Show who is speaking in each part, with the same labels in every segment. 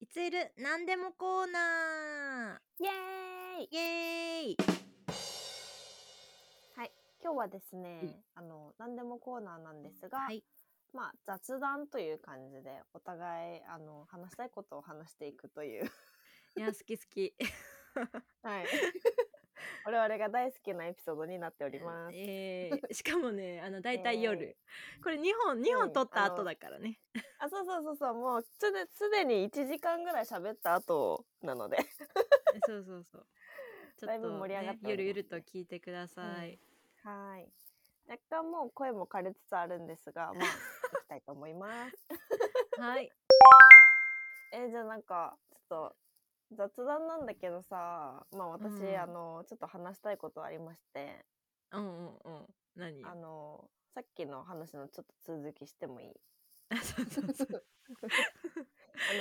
Speaker 1: いついる何でもコーナ
Speaker 2: イエーイ
Speaker 1: ーイエーイ
Speaker 2: 今日はですね、あの、何でもコーナーなんですが、
Speaker 1: はい
Speaker 2: まあ、雑談という感じで、お互い、あの、話したいことを話していく という、
Speaker 1: いや好き好き
Speaker 2: はい。我々が大好きなエピソードになっております。
Speaker 1: えー、しかもねあの大体夜
Speaker 2: え、
Speaker 1: これ2本2
Speaker 2: う
Speaker 1: 本
Speaker 2: ん
Speaker 1: 撮った
Speaker 2: あの
Speaker 1: 後だからね、
Speaker 2: あ、そうそうそうそう、もう、すで、すでに1時間ぐらい喋った後な ので。
Speaker 1: そうそうそうちょ
Speaker 2: だ
Speaker 1: っ
Speaker 2: いぶ
Speaker 1: と、
Speaker 2: 盛り上がっ
Speaker 1: ね
Speaker 2: て、おりますね
Speaker 1: ゆるゆると聞いてください、
Speaker 2: はい。若干もう声も枯れつつあるんですが、まあ、いきたいと思 います。
Speaker 1: はい
Speaker 2: えーじゃあなんか、ちょっと、雑談なんだけどさ、まあ私、
Speaker 1: うん
Speaker 2: あの、ちょっと話したいことありまして、
Speaker 1: うんうんうん何
Speaker 2: あ
Speaker 1: あ
Speaker 2: の、さっきの話のちょっと続きして もいい
Speaker 1: そう
Speaker 2: あ
Speaker 1: そうそう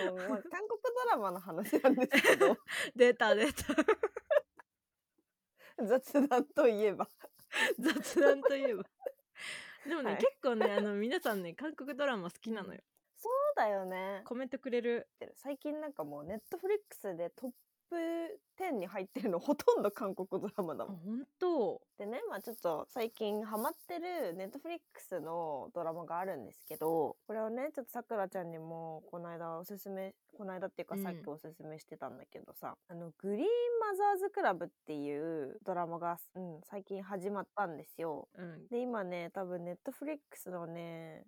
Speaker 2: の、まあ、韓国ドラマの話なんですけ ど、
Speaker 1: 出た出た
Speaker 2: 雑談といえば。
Speaker 1: 雑談といえばでもね、
Speaker 2: はい
Speaker 1: 結構ねあの皆さん ね韓国ドラマ好きなのよ
Speaker 2: そうだよね。
Speaker 1: コメントくれる
Speaker 2: 最近なんかもう、ネットフリックスでトップ10に入ってるのほとんど韓国ドラマだ
Speaker 1: あ
Speaker 2: もん。
Speaker 1: 本当
Speaker 2: でね、まあちょっと最近ハマってるネットフリックスのドラマがあるんですけど、これをね、ちょっとさくらちゃんにもこの間おすすめ、この間っていうか
Speaker 1: うん
Speaker 2: さっきおすすめしてたんだけどさ、あの、グリーンマザーズクラブっていうドラマが、うん、最近始まったんですよ。
Speaker 1: うん
Speaker 2: で、今ね、多分ネットフリックスのね、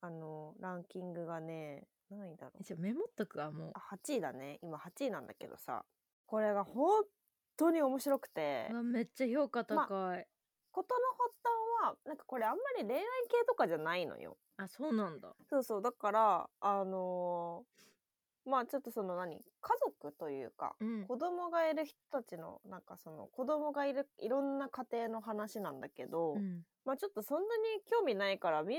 Speaker 2: あの、ランキングがね、何位だろう。
Speaker 1: じゃあメモっとくわもう
Speaker 2: あ、8位だね。今8位なんだけどさ、これが本当に面白くて
Speaker 1: う、わめっちゃ評価高い、
Speaker 2: ことの発端はなんかこれあんまり恋愛系とかじゃないのよ。
Speaker 1: あそうなんだ
Speaker 2: そうそうだからあのーまあちょっとその何家族というか
Speaker 1: うん
Speaker 2: 子供がいる人たちのなんかその子供がいるいろんな家庭の話なんだけど、
Speaker 1: うん
Speaker 2: まあちょっとそんなに興味ないから見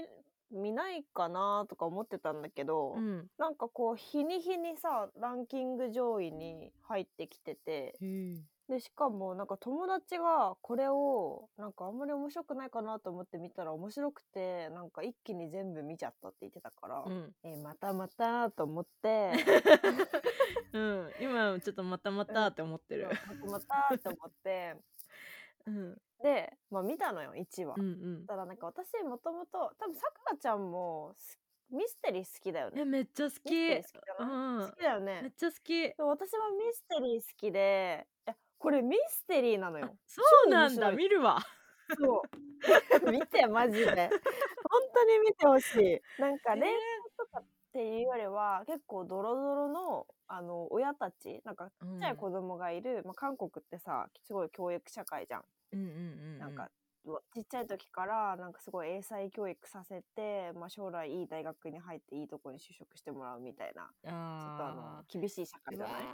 Speaker 2: 見ないかなとか思ってたんだけど、
Speaker 1: うん
Speaker 2: なんかこう日に日にさランキング上位に入ってきてて。
Speaker 1: へ
Speaker 2: でしかもなんか友達がこれをなんかあんまり面白くないかなと思って見たら面白くてなんか一気に全部見ちゃったって言ってたから、
Speaker 1: うん、
Speaker 2: えーまたまたと思って
Speaker 1: うん、今ちょっとまたまたって思って
Speaker 2: そう
Speaker 1: る
Speaker 2: ま、たまたと思って
Speaker 1: うん、うん
Speaker 2: で、まあ、見たのよ1
Speaker 1: う
Speaker 2: 話。だ
Speaker 1: ん
Speaker 2: からなんか私もともと多分さくらちゃんもすミステリー好きだよ
Speaker 1: え
Speaker 2: ね。
Speaker 1: めっちゃ好
Speaker 2: ミス
Speaker 1: き
Speaker 2: テリー好きじゃな
Speaker 1: う
Speaker 2: い
Speaker 1: ん
Speaker 2: 好きだよ
Speaker 1: めっ
Speaker 2: ね。
Speaker 1: ちゃ好き
Speaker 2: そう私はミステリー好きでいやこれミステリーなのよ。
Speaker 1: そうなんだ
Speaker 2: 超面白い
Speaker 1: 見るわ
Speaker 2: そう。 見て、マジで。本当に見てほしい。なんか
Speaker 1: えー
Speaker 2: 恋愛とかっていうよりは、結構ドロドロの、あの、親たち、なんかち
Speaker 1: うん
Speaker 2: っちゃい子供がいる、まあ、韓国ってさ、すごい教育社会じゃん。
Speaker 1: うんうんうんう
Speaker 2: なんか、ちっちゃい時から、なんかすごい英才教育させて、まあ、将来いい大学に入っていいとこに就職してもらうみたいな、ちょっとあの
Speaker 1: あ、
Speaker 2: 厳しい社
Speaker 1: ー
Speaker 2: 会じゃないう
Speaker 1: わ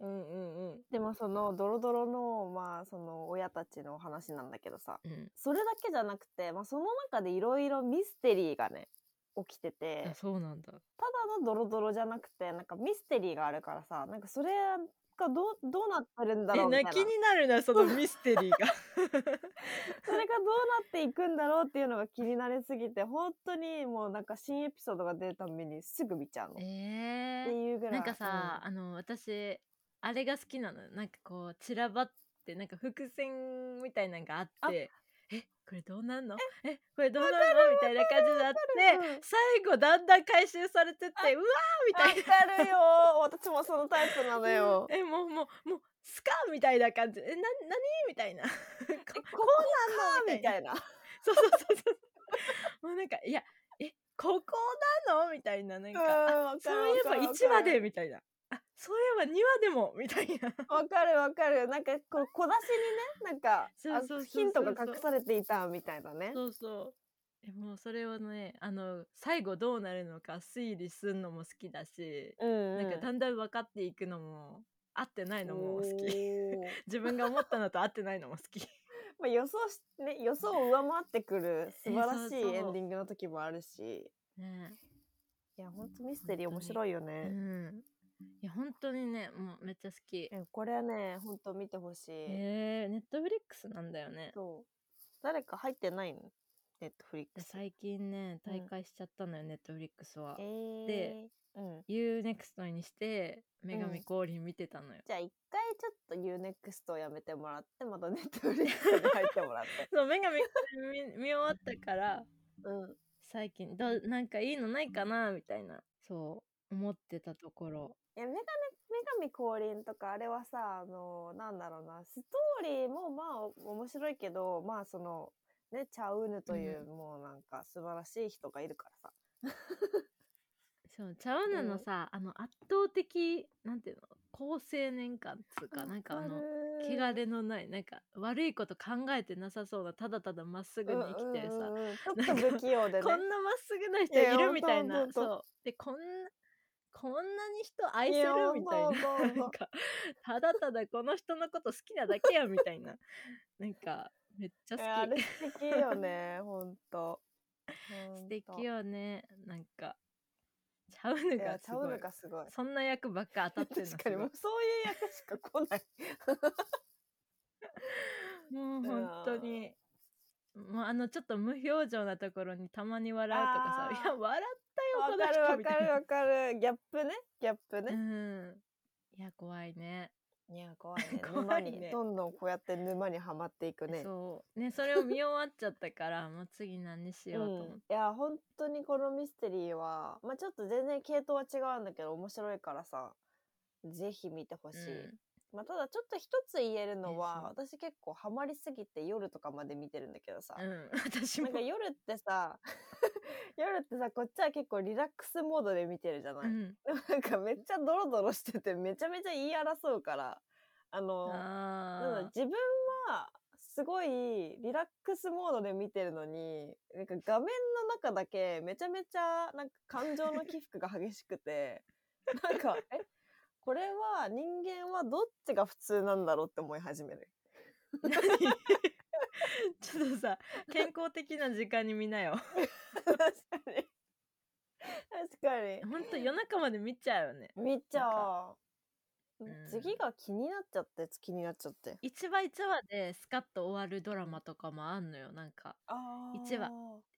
Speaker 1: ーうんうんうん
Speaker 2: でもその、ドロドロの、まあ、その、親たちの話なんだけどさ、
Speaker 1: うん
Speaker 2: それだけじゃなくて、まあ、その中でいろいろミステリーがね起きてて
Speaker 1: あそうなんだ
Speaker 2: ただのドロドロじゃなくてなんかミステリーがあるからさなんかそれがどうどうなってるんだろ
Speaker 1: え
Speaker 2: うみたい
Speaker 1: 泣
Speaker 2: な
Speaker 1: きになるなそのミステ リーが
Speaker 2: それがどうなっていくんだろうっていうのが気になりすぎて本当にもうなんか新エピソードが出るためにすぐ見ちゃうの。っ
Speaker 1: え
Speaker 2: ていうぐらい
Speaker 1: なんかさ、あの私あれが好きなのなんかこう散らばってなんか伏線みたいなのがあってえこれどうなんのえこれどうなんのみたいな感じであっ
Speaker 2: わかるう
Speaker 1: て
Speaker 2: ん
Speaker 1: 最後だんだん回収されてってうわーみ
Speaker 2: うん
Speaker 1: た
Speaker 2: わ
Speaker 1: いな
Speaker 2: かるよ私もそのタイプなのよ。
Speaker 1: えもうもうもうスカーみたいな感じえな何みたいな ここうなんのみ
Speaker 2: み
Speaker 1: たいな
Speaker 2: たいな。
Speaker 1: そうそうそうそう もうなんかいやえここなのみたいななん
Speaker 2: うん
Speaker 1: か、あ
Speaker 2: わか
Speaker 1: そ
Speaker 2: る
Speaker 1: ういえば
Speaker 2: わかる
Speaker 1: 1話でみたいなあそういえば2話でもみたいな
Speaker 2: わかるわかる。なんか、こう小出しにね、なんか、
Speaker 1: そうそうそうそう
Speaker 2: あヒントが隠されていたみたいなね。
Speaker 1: そうそう。えもうそれをねあの最後どうなるのか推理するのも好きだし、
Speaker 2: うん、うん。
Speaker 1: なんかだんだん分かっていくのも合ってないのも好き
Speaker 2: おー
Speaker 1: 自分が思ったのと合ってないのも好 き
Speaker 2: まあ予想し、ね、予想を上回って くる素晴らしい
Speaker 1: えそうそう
Speaker 2: エンディングの時もあるし。
Speaker 1: ね
Speaker 2: いや、ほんとミステリー面白いよ
Speaker 1: え、う
Speaker 2: ね。
Speaker 1: ん、いや本当にねもうめっちゃ好き
Speaker 2: えこれはね、ほんと見てほしい。
Speaker 1: えネットフリックスなんだよね
Speaker 2: そう。誰か入ってないのネットフリック
Speaker 1: で
Speaker 2: ス。
Speaker 1: 最近ね
Speaker 2: うん
Speaker 1: 大会しちゃったのよ、ネットフリックスは
Speaker 2: え。
Speaker 1: で
Speaker 2: ー、うん。
Speaker 1: UNEXT にして女
Speaker 2: うん
Speaker 1: 神降臨見てたのよ。
Speaker 2: じゃあ一回ちょっと UNEXT をやめてもらって、また ネットフリックスに入ってもらって。
Speaker 1: そう女神降臨見見 終わったから
Speaker 2: うん。
Speaker 1: 最近どうなんかいいのないかなみたいなそう思ってたところ。
Speaker 2: いや、メガネ、女神降臨とか、あれはさ、あの、なんだろうな、ストーリーもまあ、お面白いけど、まあ、その、ね、チャウーヌという、
Speaker 1: うん
Speaker 2: もうなんか素晴らしい人がいるからさ。
Speaker 1: そうチャオナのさ、あの圧倒的なんていうの高青年感っつうかなんかあの汚れ
Speaker 2: れ
Speaker 1: のないなんか悪いこと考えてなさそうなただただまっすぐに生きてるさ、
Speaker 2: うんうんうんうんちょっと不器用でね。
Speaker 1: こんなまっすぐない人
Speaker 2: いや
Speaker 1: いるみたい
Speaker 2: ほ
Speaker 1: なん
Speaker 2: とほんと
Speaker 1: そうでこんなこんなに人愛せるみたいな
Speaker 2: やほんとほ んと
Speaker 1: なんかただただこの人のこと好きなだけやみたいななんかめっちゃ
Speaker 2: いやあ
Speaker 1: 好
Speaker 2: れ
Speaker 1: き
Speaker 2: 素敵よね、ほんと。
Speaker 1: 素
Speaker 2: ほん
Speaker 1: 敵
Speaker 2: と。
Speaker 1: よねなんかちゃうの
Speaker 2: いや、
Speaker 1: が
Speaker 2: チ
Speaker 1: す
Speaker 2: ャウ
Speaker 1: ご
Speaker 2: ヌ
Speaker 1: い
Speaker 2: がすごい。
Speaker 1: そんな役ばっか当たってるのす
Speaker 2: 確かにもうそういう役しか来ない。
Speaker 1: ごいもう本当にもうあのちょっと無表情なところにたまに笑うとかさ
Speaker 2: あー
Speaker 1: いや笑
Speaker 2: わ
Speaker 1: った
Speaker 2: か
Speaker 1: よ
Speaker 2: る
Speaker 1: この人
Speaker 2: わ
Speaker 1: み
Speaker 2: か
Speaker 1: たい
Speaker 2: る
Speaker 1: な
Speaker 2: わかる。ギャップね、ギャップ
Speaker 1: う
Speaker 2: ね。
Speaker 1: んいや怖いね
Speaker 2: いや、怖いね。
Speaker 1: 怖
Speaker 2: 沼
Speaker 1: いね
Speaker 2: に、どんどんこうやって沼にはまっていくね。
Speaker 1: そうねそれを見終わっちゃったからもう次何し
Speaker 2: う
Speaker 1: ようと思っ
Speaker 2: ん
Speaker 1: て、、
Speaker 2: いや本当にこのミステリーは、まあ、ちょっと全然系統は違うんだけど面白いからさぜひ見てほしい、まあ、ただちょっと一つ言えるのは
Speaker 1: え
Speaker 2: 私結構ハマりすぎて夜とかまで見てるんだけどさ、
Speaker 1: うん、うん、私も
Speaker 2: なんか夜ってさ 夜ってさこっちは結構リラックスモードで見てるじゃない、
Speaker 1: うん、
Speaker 2: でもなんかめっちゃドロドロしててめちゃめちゃ言い争うからあのなんだろう
Speaker 1: あ
Speaker 2: 自分はすごいリラックスモードで見てるのになんか画面の中だけめちゃめちゃなんか感情の起伏が激しくて なんかえこれは人間はどっちが普通なんだろうって思い始める。
Speaker 1: ー何ちょっと さ健康的な時間に見 なよ
Speaker 2: 確かに確かに
Speaker 1: ほんと夜中まで見ちゃうよね
Speaker 2: 見ちゃ
Speaker 1: な
Speaker 2: う
Speaker 1: んかうん
Speaker 2: 次が気になっちゃって気になっちゃって
Speaker 1: 一話一話でスカッと終わるドラマとかもあんのよなんか
Speaker 2: あ
Speaker 1: 一話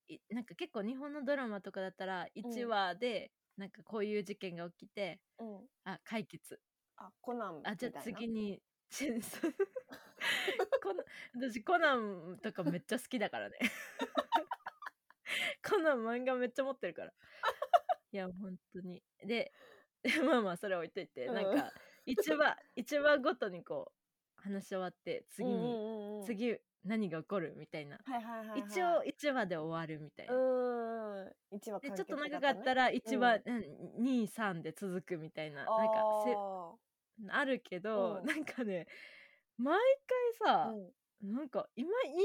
Speaker 1: いなんか結構日本のドラマとかだったら1
Speaker 2: うん
Speaker 1: 話でなんかこういう事件が起きて、
Speaker 2: うん
Speaker 1: あ解決
Speaker 2: あコナンみたいな
Speaker 1: あじゃあ次に コナン私コナンとかめっちゃ好きだからね コナン漫画めっちゃ持ってるからいや本当にで まあまあそれは置いといて、
Speaker 2: うん
Speaker 1: なんか一話一話ごとにこう話し終わって次に、
Speaker 2: うんうんうん、
Speaker 1: 次何が起こるみたいな、
Speaker 2: はいはいはい、はい、
Speaker 1: 一応一話で終わるみたいな、
Speaker 2: うーん。一話
Speaker 1: でちょっと長かった
Speaker 2: ら、
Speaker 1: ら一話、うん、23で続くみたいななんかせあるけど、
Speaker 2: うん
Speaker 1: なんかね毎回
Speaker 2: あ
Speaker 1: さ
Speaker 2: ー、うん
Speaker 1: なんか今いいとこ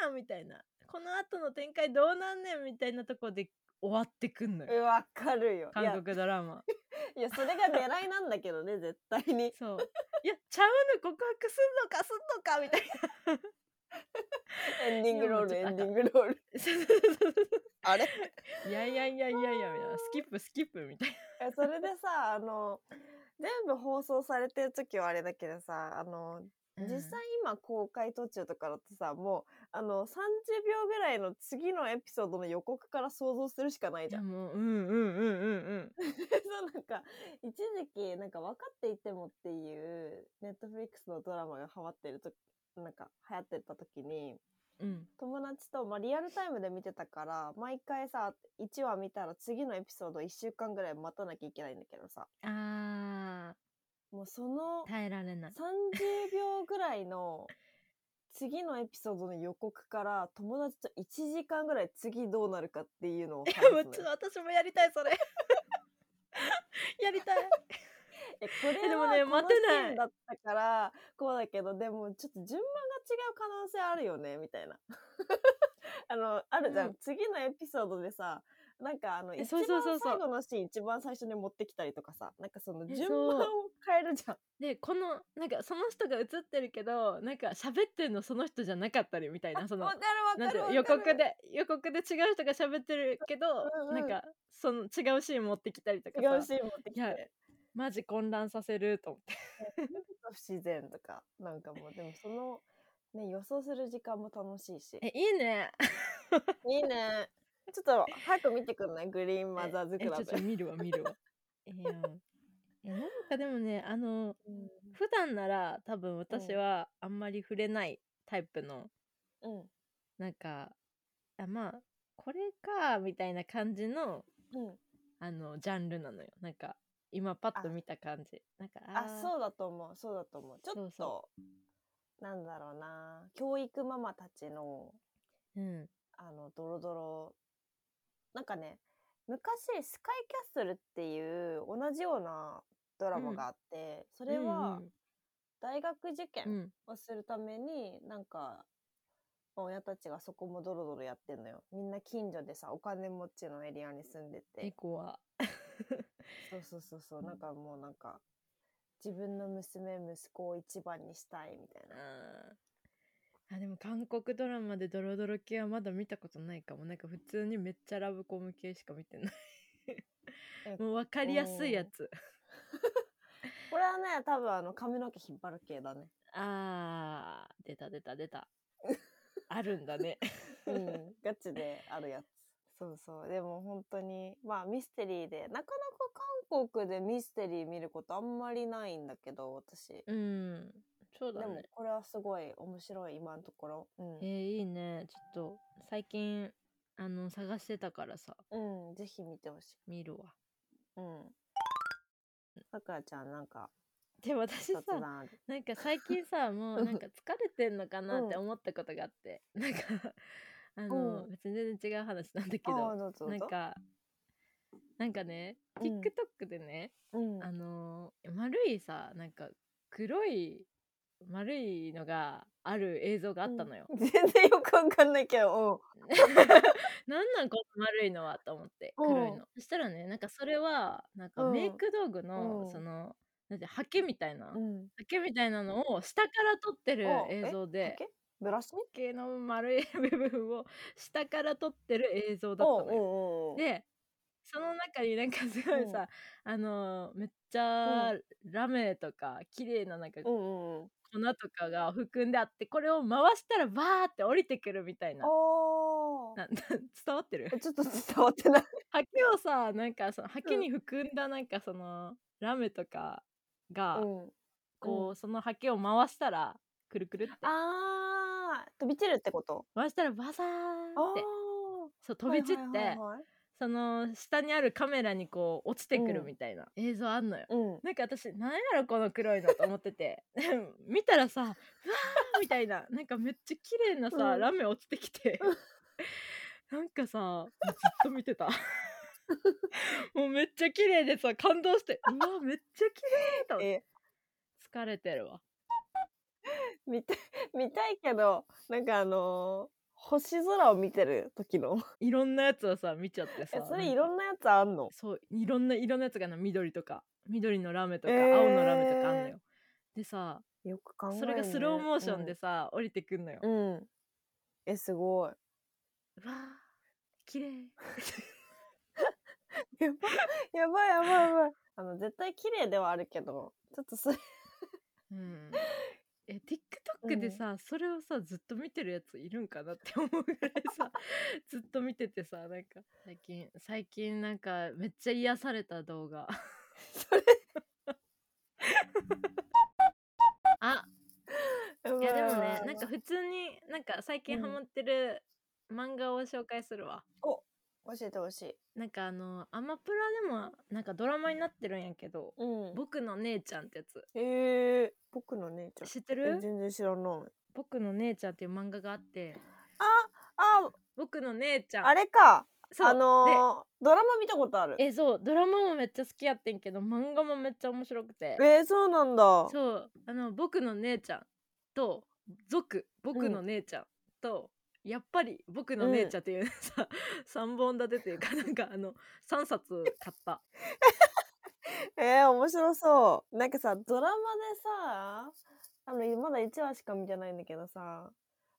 Speaker 1: やんみたいなこの後の展開どうなんねんみたいなとこで終わってくんの
Speaker 2: う
Speaker 1: よ
Speaker 2: ん、わかるよ。いや、
Speaker 1: 韓国ドラ マ
Speaker 2: いやそれが狙いなんだけどね、絶対 に。
Speaker 1: そういやちゃうの告白すんのかすんのかみたい な
Speaker 2: エンディングロール、エンディングロール。
Speaker 1: そうそうそうそ
Speaker 2: あれ
Speaker 1: ういやいやいやいやいやみたいなスキップスキップみたいな
Speaker 2: えそれでさ、あの、全部放送されてる時はあれだけどさ、あの、実際今公開途中とかだとさ、もう、あの、30秒ぐらいの次のエピソードの予告から想像するしかない
Speaker 1: い
Speaker 2: じゃん
Speaker 1: や。もううんうんうんうんうん
Speaker 2: そうなんか一時期なんか分かっていてもっていうネットフリックスのドラマがハマってるとなんか流行ってた時に
Speaker 1: うん
Speaker 2: 友達と、まあ、リアルタイムで見てたから毎回さ1話見たら次のエピソード1週間ぐらい待たなきゃいけないんだけどさ
Speaker 1: あ
Speaker 2: もうその
Speaker 1: ー耐えられない
Speaker 2: 30秒ぐらいの次のエピソードの予告から友達と1時間ぐらい次どうなるかっていうのを話すの よ
Speaker 1: もうちょ私もやりたいそれ やりたい
Speaker 2: えこれは
Speaker 1: でもね
Speaker 2: この
Speaker 1: 待てない
Speaker 2: シーンだったからこうだけどでもちょっと順番が違う可能性あるよねみたいな あのあるじゃん、
Speaker 1: うん
Speaker 2: 次のエピソードでさなんかあの
Speaker 1: え
Speaker 2: 一
Speaker 1: そう
Speaker 2: 番
Speaker 1: そうそうそう
Speaker 2: 最後のシーン一番最初に持ってきたりとかさなんかその
Speaker 1: え
Speaker 2: 順番を
Speaker 1: そう
Speaker 2: 変えるじゃん
Speaker 1: でこのなんかその人が映ってるけどなんか喋ってるのその人じゃなかったりみたいなその
Speaker 2: わか
Speaker 1: な
Speaker 2: るわ
Speaker 1: ん
Speaker 2: か
Speaker 1: て
Speaker 2: る
Speaker 1: いう
Speaker 2: わ
Speaker 1: の
Speaker 2: かる
Speaker 1: 予告で予告で違う人が喋ってるけど、
Speaker 2: うんうん
Speaker 1: なんかその違うシーン持ってきたりとか
Speaker 2: 違う
Speaker 1: さ
Speaker 2: シーン持ってき
Speaker 1: い や
Speaker 2: て
Speaker 1: マジ混乱させると思って
Speaker 2: 不自然とかなんかもうでもそのね、予想する時間も楽しいし。
Speaker 1: えいい ね
Speaker 2: いいね。ちょっと早く見てくんないグリーンマザーズク
Speaker 1: えち
Speaker 2: ラ
Speaker 1: ょ
Speaker 2: ブ
Speaker 1: っ。と見るわ見るわ いやえなんかでもねあの
Speaker 2: うん
Speaker 1: 普段なら多分私はあんまり触れないタイプの
Speaker 2: うん。
Speaker 1: なんかあまあこれかみたいな感じの
Speaker 2: うん。
Speaker 1: あのジャンルなのよなんか今パッと
Speaker 2: あ
Speaker 1: 見た感じなんか
Speaker 2: あ、
Speaker 1: ー
Speaker 2: そうだと思う。そうだと思う。ちょっと、
Speaker 1: そうそ
Speaker 2: なんだろうな。教育ママたちの、
Speaker 1: うん
Speaker 2: あの、ドロドロ。なんかね、昔、スカイキャッスルっていう同じようなドラマがあって、そ
Speaker 1: そ
Speaker 2: れは大学受
Speaker 1: う
Speaker 2: 験
Speaker 1: ん
Speaker 2: をするために、なんか、まあ親たちがそこもドロドロやってんのよ。みんな近所でさ、お金持ちのエリアに住んでて。
Speaker 1: 猫は
Speaker 2: そうそうそうそう、なんかもうなんか、自分の娘、息子を一番にしたいみたいな。
Speaker 1: あでも韓国ドラマでドロドロ系はまだ見たことないかもなんか普通にめっちゃラブコム系しか見てない
Speaker 2: え
Speaker 1: もう分かりやすいやつ
Speaker 2: これはね、多分あの髪の毛引っ張る系だね。
Speaker 1: あー出た出た出たあるんだ ね
Speaker 2: うん、ガチであるやつ。そうそう。でも本当に、まあミステリーで、なかなか韓国でミステリー見ることあんまりないんだけど、私。
Speaker 1: うんそう
Speaker 2: で
Speaker 1: だ
Speaker 2: も
Speaker 1: ね
Speaker 2: これはすごい面白い、今のところ。うん
Speaker 1: え。ー、いいねちょっと最近あの探してたからさ
Speaker 2: うん、ぜひ見てほしい。
Speaker 1: 見るわ
Speaker 2: うん。さくらちゃん、なんか、
Speaker 1: で私
Speaker 2: 雑
Speaker 1: さ
Speaker 2: 談ある。
Speaker 1: なんか最近さもうなんか疲れてんのかなって
Speaker 2: う
Speaker 1: 思ったことがあって、 なんかあの、
Speaker 2: うん
Speaker 1: 別に全然違う話なんだけ
Speaker 2: あ
Speaker 1: ど
Speaker 2: あ、どうぞどう
Speaker 1: なん
Speaker 2: ぞ。
Speaker 1: かなんかね
Speaker 2: うん
Speaker 1: TikTok でね、
Speaker 2: うん。
Speaker 1: あの丸いさなんか黒い丸いのがある映像があった のよ。
Speaker 2: うん全然よくわかんないけど、
Speaker 1: なんなんこの丸いのはと思って
Speaker 2: うん
Speaker 1: 黒いの。そしたらねなんかそれはなんか
Speaker 2: うん
Speaker 1: メイク道具の、
Speaker 2: うん
Speaker 1: そのなんてハケみたいな、
Speaker 2: うん。うん。
Speaker 1: ハケみたいなのを下から撮ってる
Speaker 2: おえ
Speaker 1: 映像で。
Speaker 2: 竹ブラシだっ
Speaker 1: 系の丸い部分を下から撮ってる映像だ
Speaker 2: た
Speaker 1: っ
Speaker 2: の
Speaker 1: たのよ。
Speaker 2: よで
Speaker 1: でその中になんかすごいさ、あのーめっちゃラメとか綺麗ななんか粉
Speaker 2: うんうんうん。
Speaker 1: とかが含んであってこれを回したらバーって降りてくるみたいな。
Speaker 2: おー
Speaker 1: な伝わってる
Speaker 2: え ちょっと伝わってない。
Speaker 1: ハケをさなんかそのハケ
Speaker 2: うん
Speaker 1: に含んだなんかそのラメとかが、
Speaker 2: うん、
Speaker 1: こ
Speaker 2: う
Speaker 1: うそのハケを回したらくるくるって
Speaker 2: あー飛び散るってこと
Speaker 1: 回したらバサーンってそう飛び散って、
Speaker 2: はいはいはいはい
Speaker 1: その下にあるカメラにこう落ちてくる
Speaker 2: うん
Speaker 1: みたいな映像あんのよ。
Speaker 2: うん、
Speaker 1: なんか私何やろこの黒いのと思ってて 見たらさ「うわー!」みたいななんかめっちゃ綺麗なさ、
Speaker 2: うん
Speaker 1: ラメ落ちてき てなんかさもうずっと見てたもうめっちゃ綺麗でさ感動して「うわめっちゃ綺麗と思って
Speaker 2: え
Speaker 1: 疲れてるわ
Speaker 2: 見たい 見たいけどなんかあのー星空を見てる時の
Speaker 1: いろんなやつをさ見ちゃって
Speaker 2: え
Speaker 1: さ
Speaker 2: それ
Speaker 1: なん
Speaker 2: い
Speaker 1: か
Speaker 2: ろんなやつあんの
Speaker 1: そういろんな色のやつがな緑とか緑のラメとか、
Speaker 2: えー
Speaker 1: 青のラメとかあんのよでさ
Speaker 2: よく考えるね
Speaker 1: それがスローモーションでさ、降りてくんのよ、
Speaker 2: うん、うんえすごい
Speaker 1: わあ綺麗
Speaker 2: やばやばいやばいやばい あの絶対綺麗ではあるけどちょっとそれ
Speaker 1: うん え TikTok でさ、それをさずっと見てるやついるんかなって思うぐらいさ ずっと見ててさなんか最近最近なんかめっちゃ癒された動画
Speaker 2: それ
Speaker 1: あ
Speaker 2: やば
Speaker 1: いやでも
Speaker 2: やば
Speaker 1: ね
Speaker 2: い
Speaker 1: なんか普通になんか最近
Speaker 2: うん
Speaker 1: ハマってる漫画を紹介するわ、
Speaker 2: 教えてほしい。
Speaker 1: なんかあのアマプラでもなんかドラマになってるんやけど
Speaker 2: うん
Speaker 1: 「
Speaker 2: 僕
Speaker 1: 僕の姉ちゃん」ってやつ
Speaker 2: へえ、僕の姉ちゃん。
Speaker 1: 知って
Speaker 2: え
Speaker 1: る
Speaker 2: 全然知らない。
Speaker 1: 僕の姉ちゃんっていう漫画があって
Speaker 2: あ、
Speaker 1: 僕の姉ちゃん
Speaker 2: あれか。
Speaker 1: そう
Speaker 2: あのー、ドラマ見たことある。
Speaker 1: でえそうドラマもめっちゃ好きやってんけど漫画もめっちゃ面白くて
Speaker 2: えー、そうなんだ。
Speaker 1: そうあの僕の姉ちゃんと族僕の姉ちゃんと、やっぱり僕の姉ちゃんっていう、 さ3本立てというかなんかあの3冊買った
Speaker 2: えー、面白そう。なんかさ、ドラマでさ、あの、まだ1話しか見てないんだけどさ、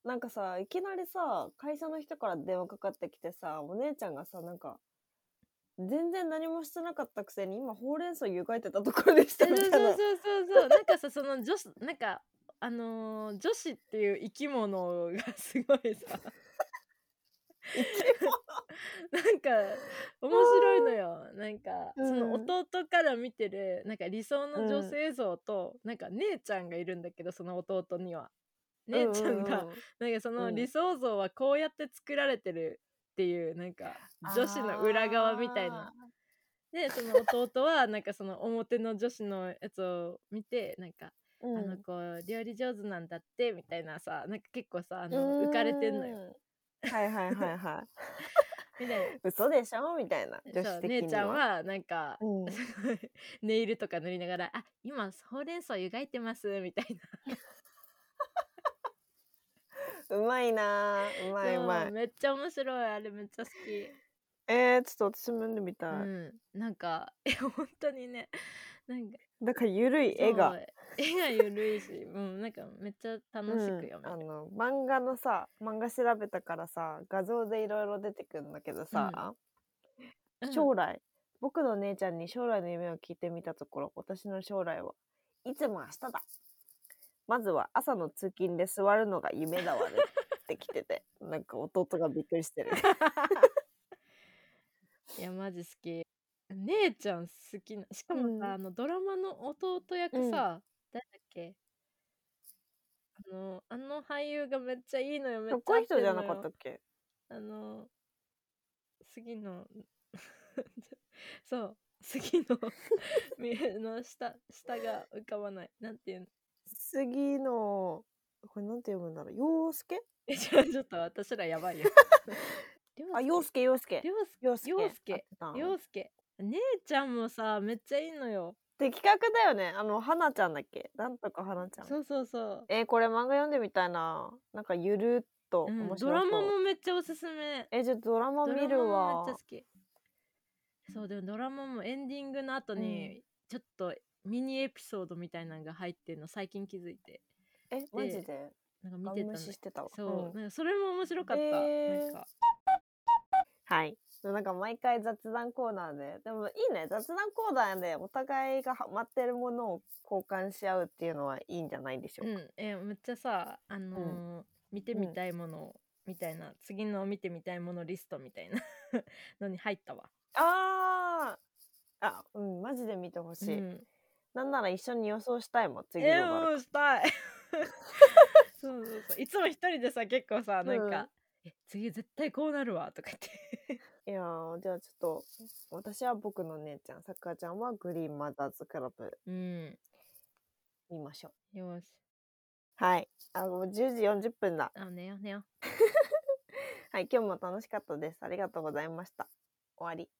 Speaker 2: なんかさ、いきなりさ、会社の人から電話かかってきてさ、お姉ちゃんがさ、なんか、全然何もしてなかったくせに、今、ほうれん草湯がいてたところでし
Speaker 1: そ
Speaker 2: た
Speaker 1: うそ
Speaker 2: み
Speaker 1: う
Speaker 2: た
Speaker 1: そ
Speaker 2: いうな。
Speaker 1: そうそうなんかさその女子なんかあのー女子っていう生き物がすごいさなんか面白いのよなんか、
Speaker 2: うん
Speaker 1: その弟から見てるなんか理想の
Speaker 2: うん
Speaker 1: 女性像と、なんか姉ちゃんがいるんだけどその弟には姉ちゃんが、
Speaker 2: うう
Speaker 1: なんかその
Speaker 2: うん
Speaker 1: 理想像はこうやって作られてるっていうなんか女子の裏側みたいな。でその弟はなんかその表の女子のやつを見てなんか
Speaker 2: うんうん
Speaker 1: あの子料理上手なんだってみたいなさなんか結構さあの浮かれてんのよ。
Speaker 2: よ。はいはいはいはい。
Speaker 1: みたいな
Speaker 2: 嘘でしょみたいな。 女
Speaker 1: そう
Speaker 2: 子的に
Speaker 1: 姉ちゃんはなんか、
Speaker 2: うん
Speaker 1: ネイルとか塗りながら「あ今ほうれん草湯がいてます」みたいな
Speaker 2: うまいなぁうまいうま
Speaker 1: そう
Speaker 2: い。
Speaker 1: めっちゃ面白いあれめっちゃ好き、
Speaker 2: えー、ちょっと私も読んでみたい。
Speaker 1: うん、なんかえ本当にねなんか
Speaker 2: なんかゆるい絵
Speaker 1: そ
Speaker 2: が。
Speaker 1: う絵がゆるいし、うん、なんかめっちゃ楽しく読める
Speaker 2: うん、あの漫画のさ漫画調べたからさ画像でいろいろ出てくるんだけどさ、
Speaker 1: うん
Speaker 2: 将来僕の姉ちゃんに将来の夢を聞いてみたところ私の将来はいつも明日だまずは朝の通勤で座るのが夢だわねってきてて なんか弟がびっくりしてる
Speaker 1: いやマジ好き姉ちゃん好きなしかもさ、
Speaker 2: うん
Speaker 1: あのドラマの弟役
Speaker 2: うん
Speaker 1: さ、誰だっけあのあの俳優がめっちゃいいのよめっ
Speaker 2: かっ
Speaker 1: ちゃ
Speaker 2: こ
Speaker 1: 合
Speaker 2: い
Speaker 1: て
Speaker 2: い人
Speaker 1: る
Speaker 2: じ
Speaker 1: の
Speaker 2: ゃ
Speaker 1: よ
Speaker 2: なかったっけ
Speaker 1: あの杉野 そう杉野みの下下が浮かばないなんていうの
Speaker 2: 次のこれなんて読むんだろう陽介
Speaker 1: えちょちょっと私らやばいよ
Speaker 2: あ陽介陽介
Speaker 1: 涼
Speaker 2: 陽介
Speaker 1: 陽介
Speaker 2: 合ってた
Speaker 1: 陽介姉ちゃんもさめっちゃいいのよ
Speaker 2: 的確だよねあの花ちゃんだっけなんとか花ちゃん
Speaker 1: そうそうそう
Speaker 2: えーこれ漫画読んでみたいななんかゆるっと
Speaker 1: うん
Speaker 2: 面白
Speaker 1: ド
Speaker 2: そう、
Speaker 1: ラマもめっちゃおすすめ
Speaker 2: えーじゃあドラマ見るわ
Speaker 1: ドラマもめっちゃ好きそうでもドラマもエンディングの後
Speaker 2: う
Speaker 1: にちょっとミニエピソードみたいなのが入ってるの最近気づいて
Speaker 2: えマジで
Speaker 1: なんか
Speaker 2: ガ
Speaker 1: 見て
Speaker 2: ン
Speaker 1: たの
Speaker 2: 無視してたわ
Speaker 1: そう、
Speaker 2: ん
Speaker 1: なんかそれも面白かった、
Speaker 2: えー
Speaker 1: なんか
Speaker 2: はいなんか毎回雑談コーナーででもいいね雑談コーナーでお互いがハマってるものを交換し合うっていうのはいいんじゃないでしょ
Speaker 1: う
Speaker 2: うか、
Speaker 1: んえめっちゃさあのー見てみたいものを、みたいな次の見てみたいものリストみたいな のに入ったわ、
Speaker 2: あーあうんマジで見てほし
Speaker 1: う
Speaker 2: い、
Speaker 1: ん、
Speaker 2: なんなら一緒に予想したいもん次の
Speaker 1: え
Speaker 2: がある
Speaker 1: うんしたいそうそうそういつも一人でさ結構さなんか、え次絶対こうなるわとか言って
Speaker 2: いやーじゃあちょっと私は僕の姉ちゃんさくらちゃんはグリーンマザーズクラブ
Speaker 1: うん
Speaker 2: 見ましょう
Speaker 1: よし
Speaker 2: はいあもう10時40分だ
Speaker 1: あ寝よう寝よう
Speaker 2: はい今日も楽しかったですありがとうございました終わり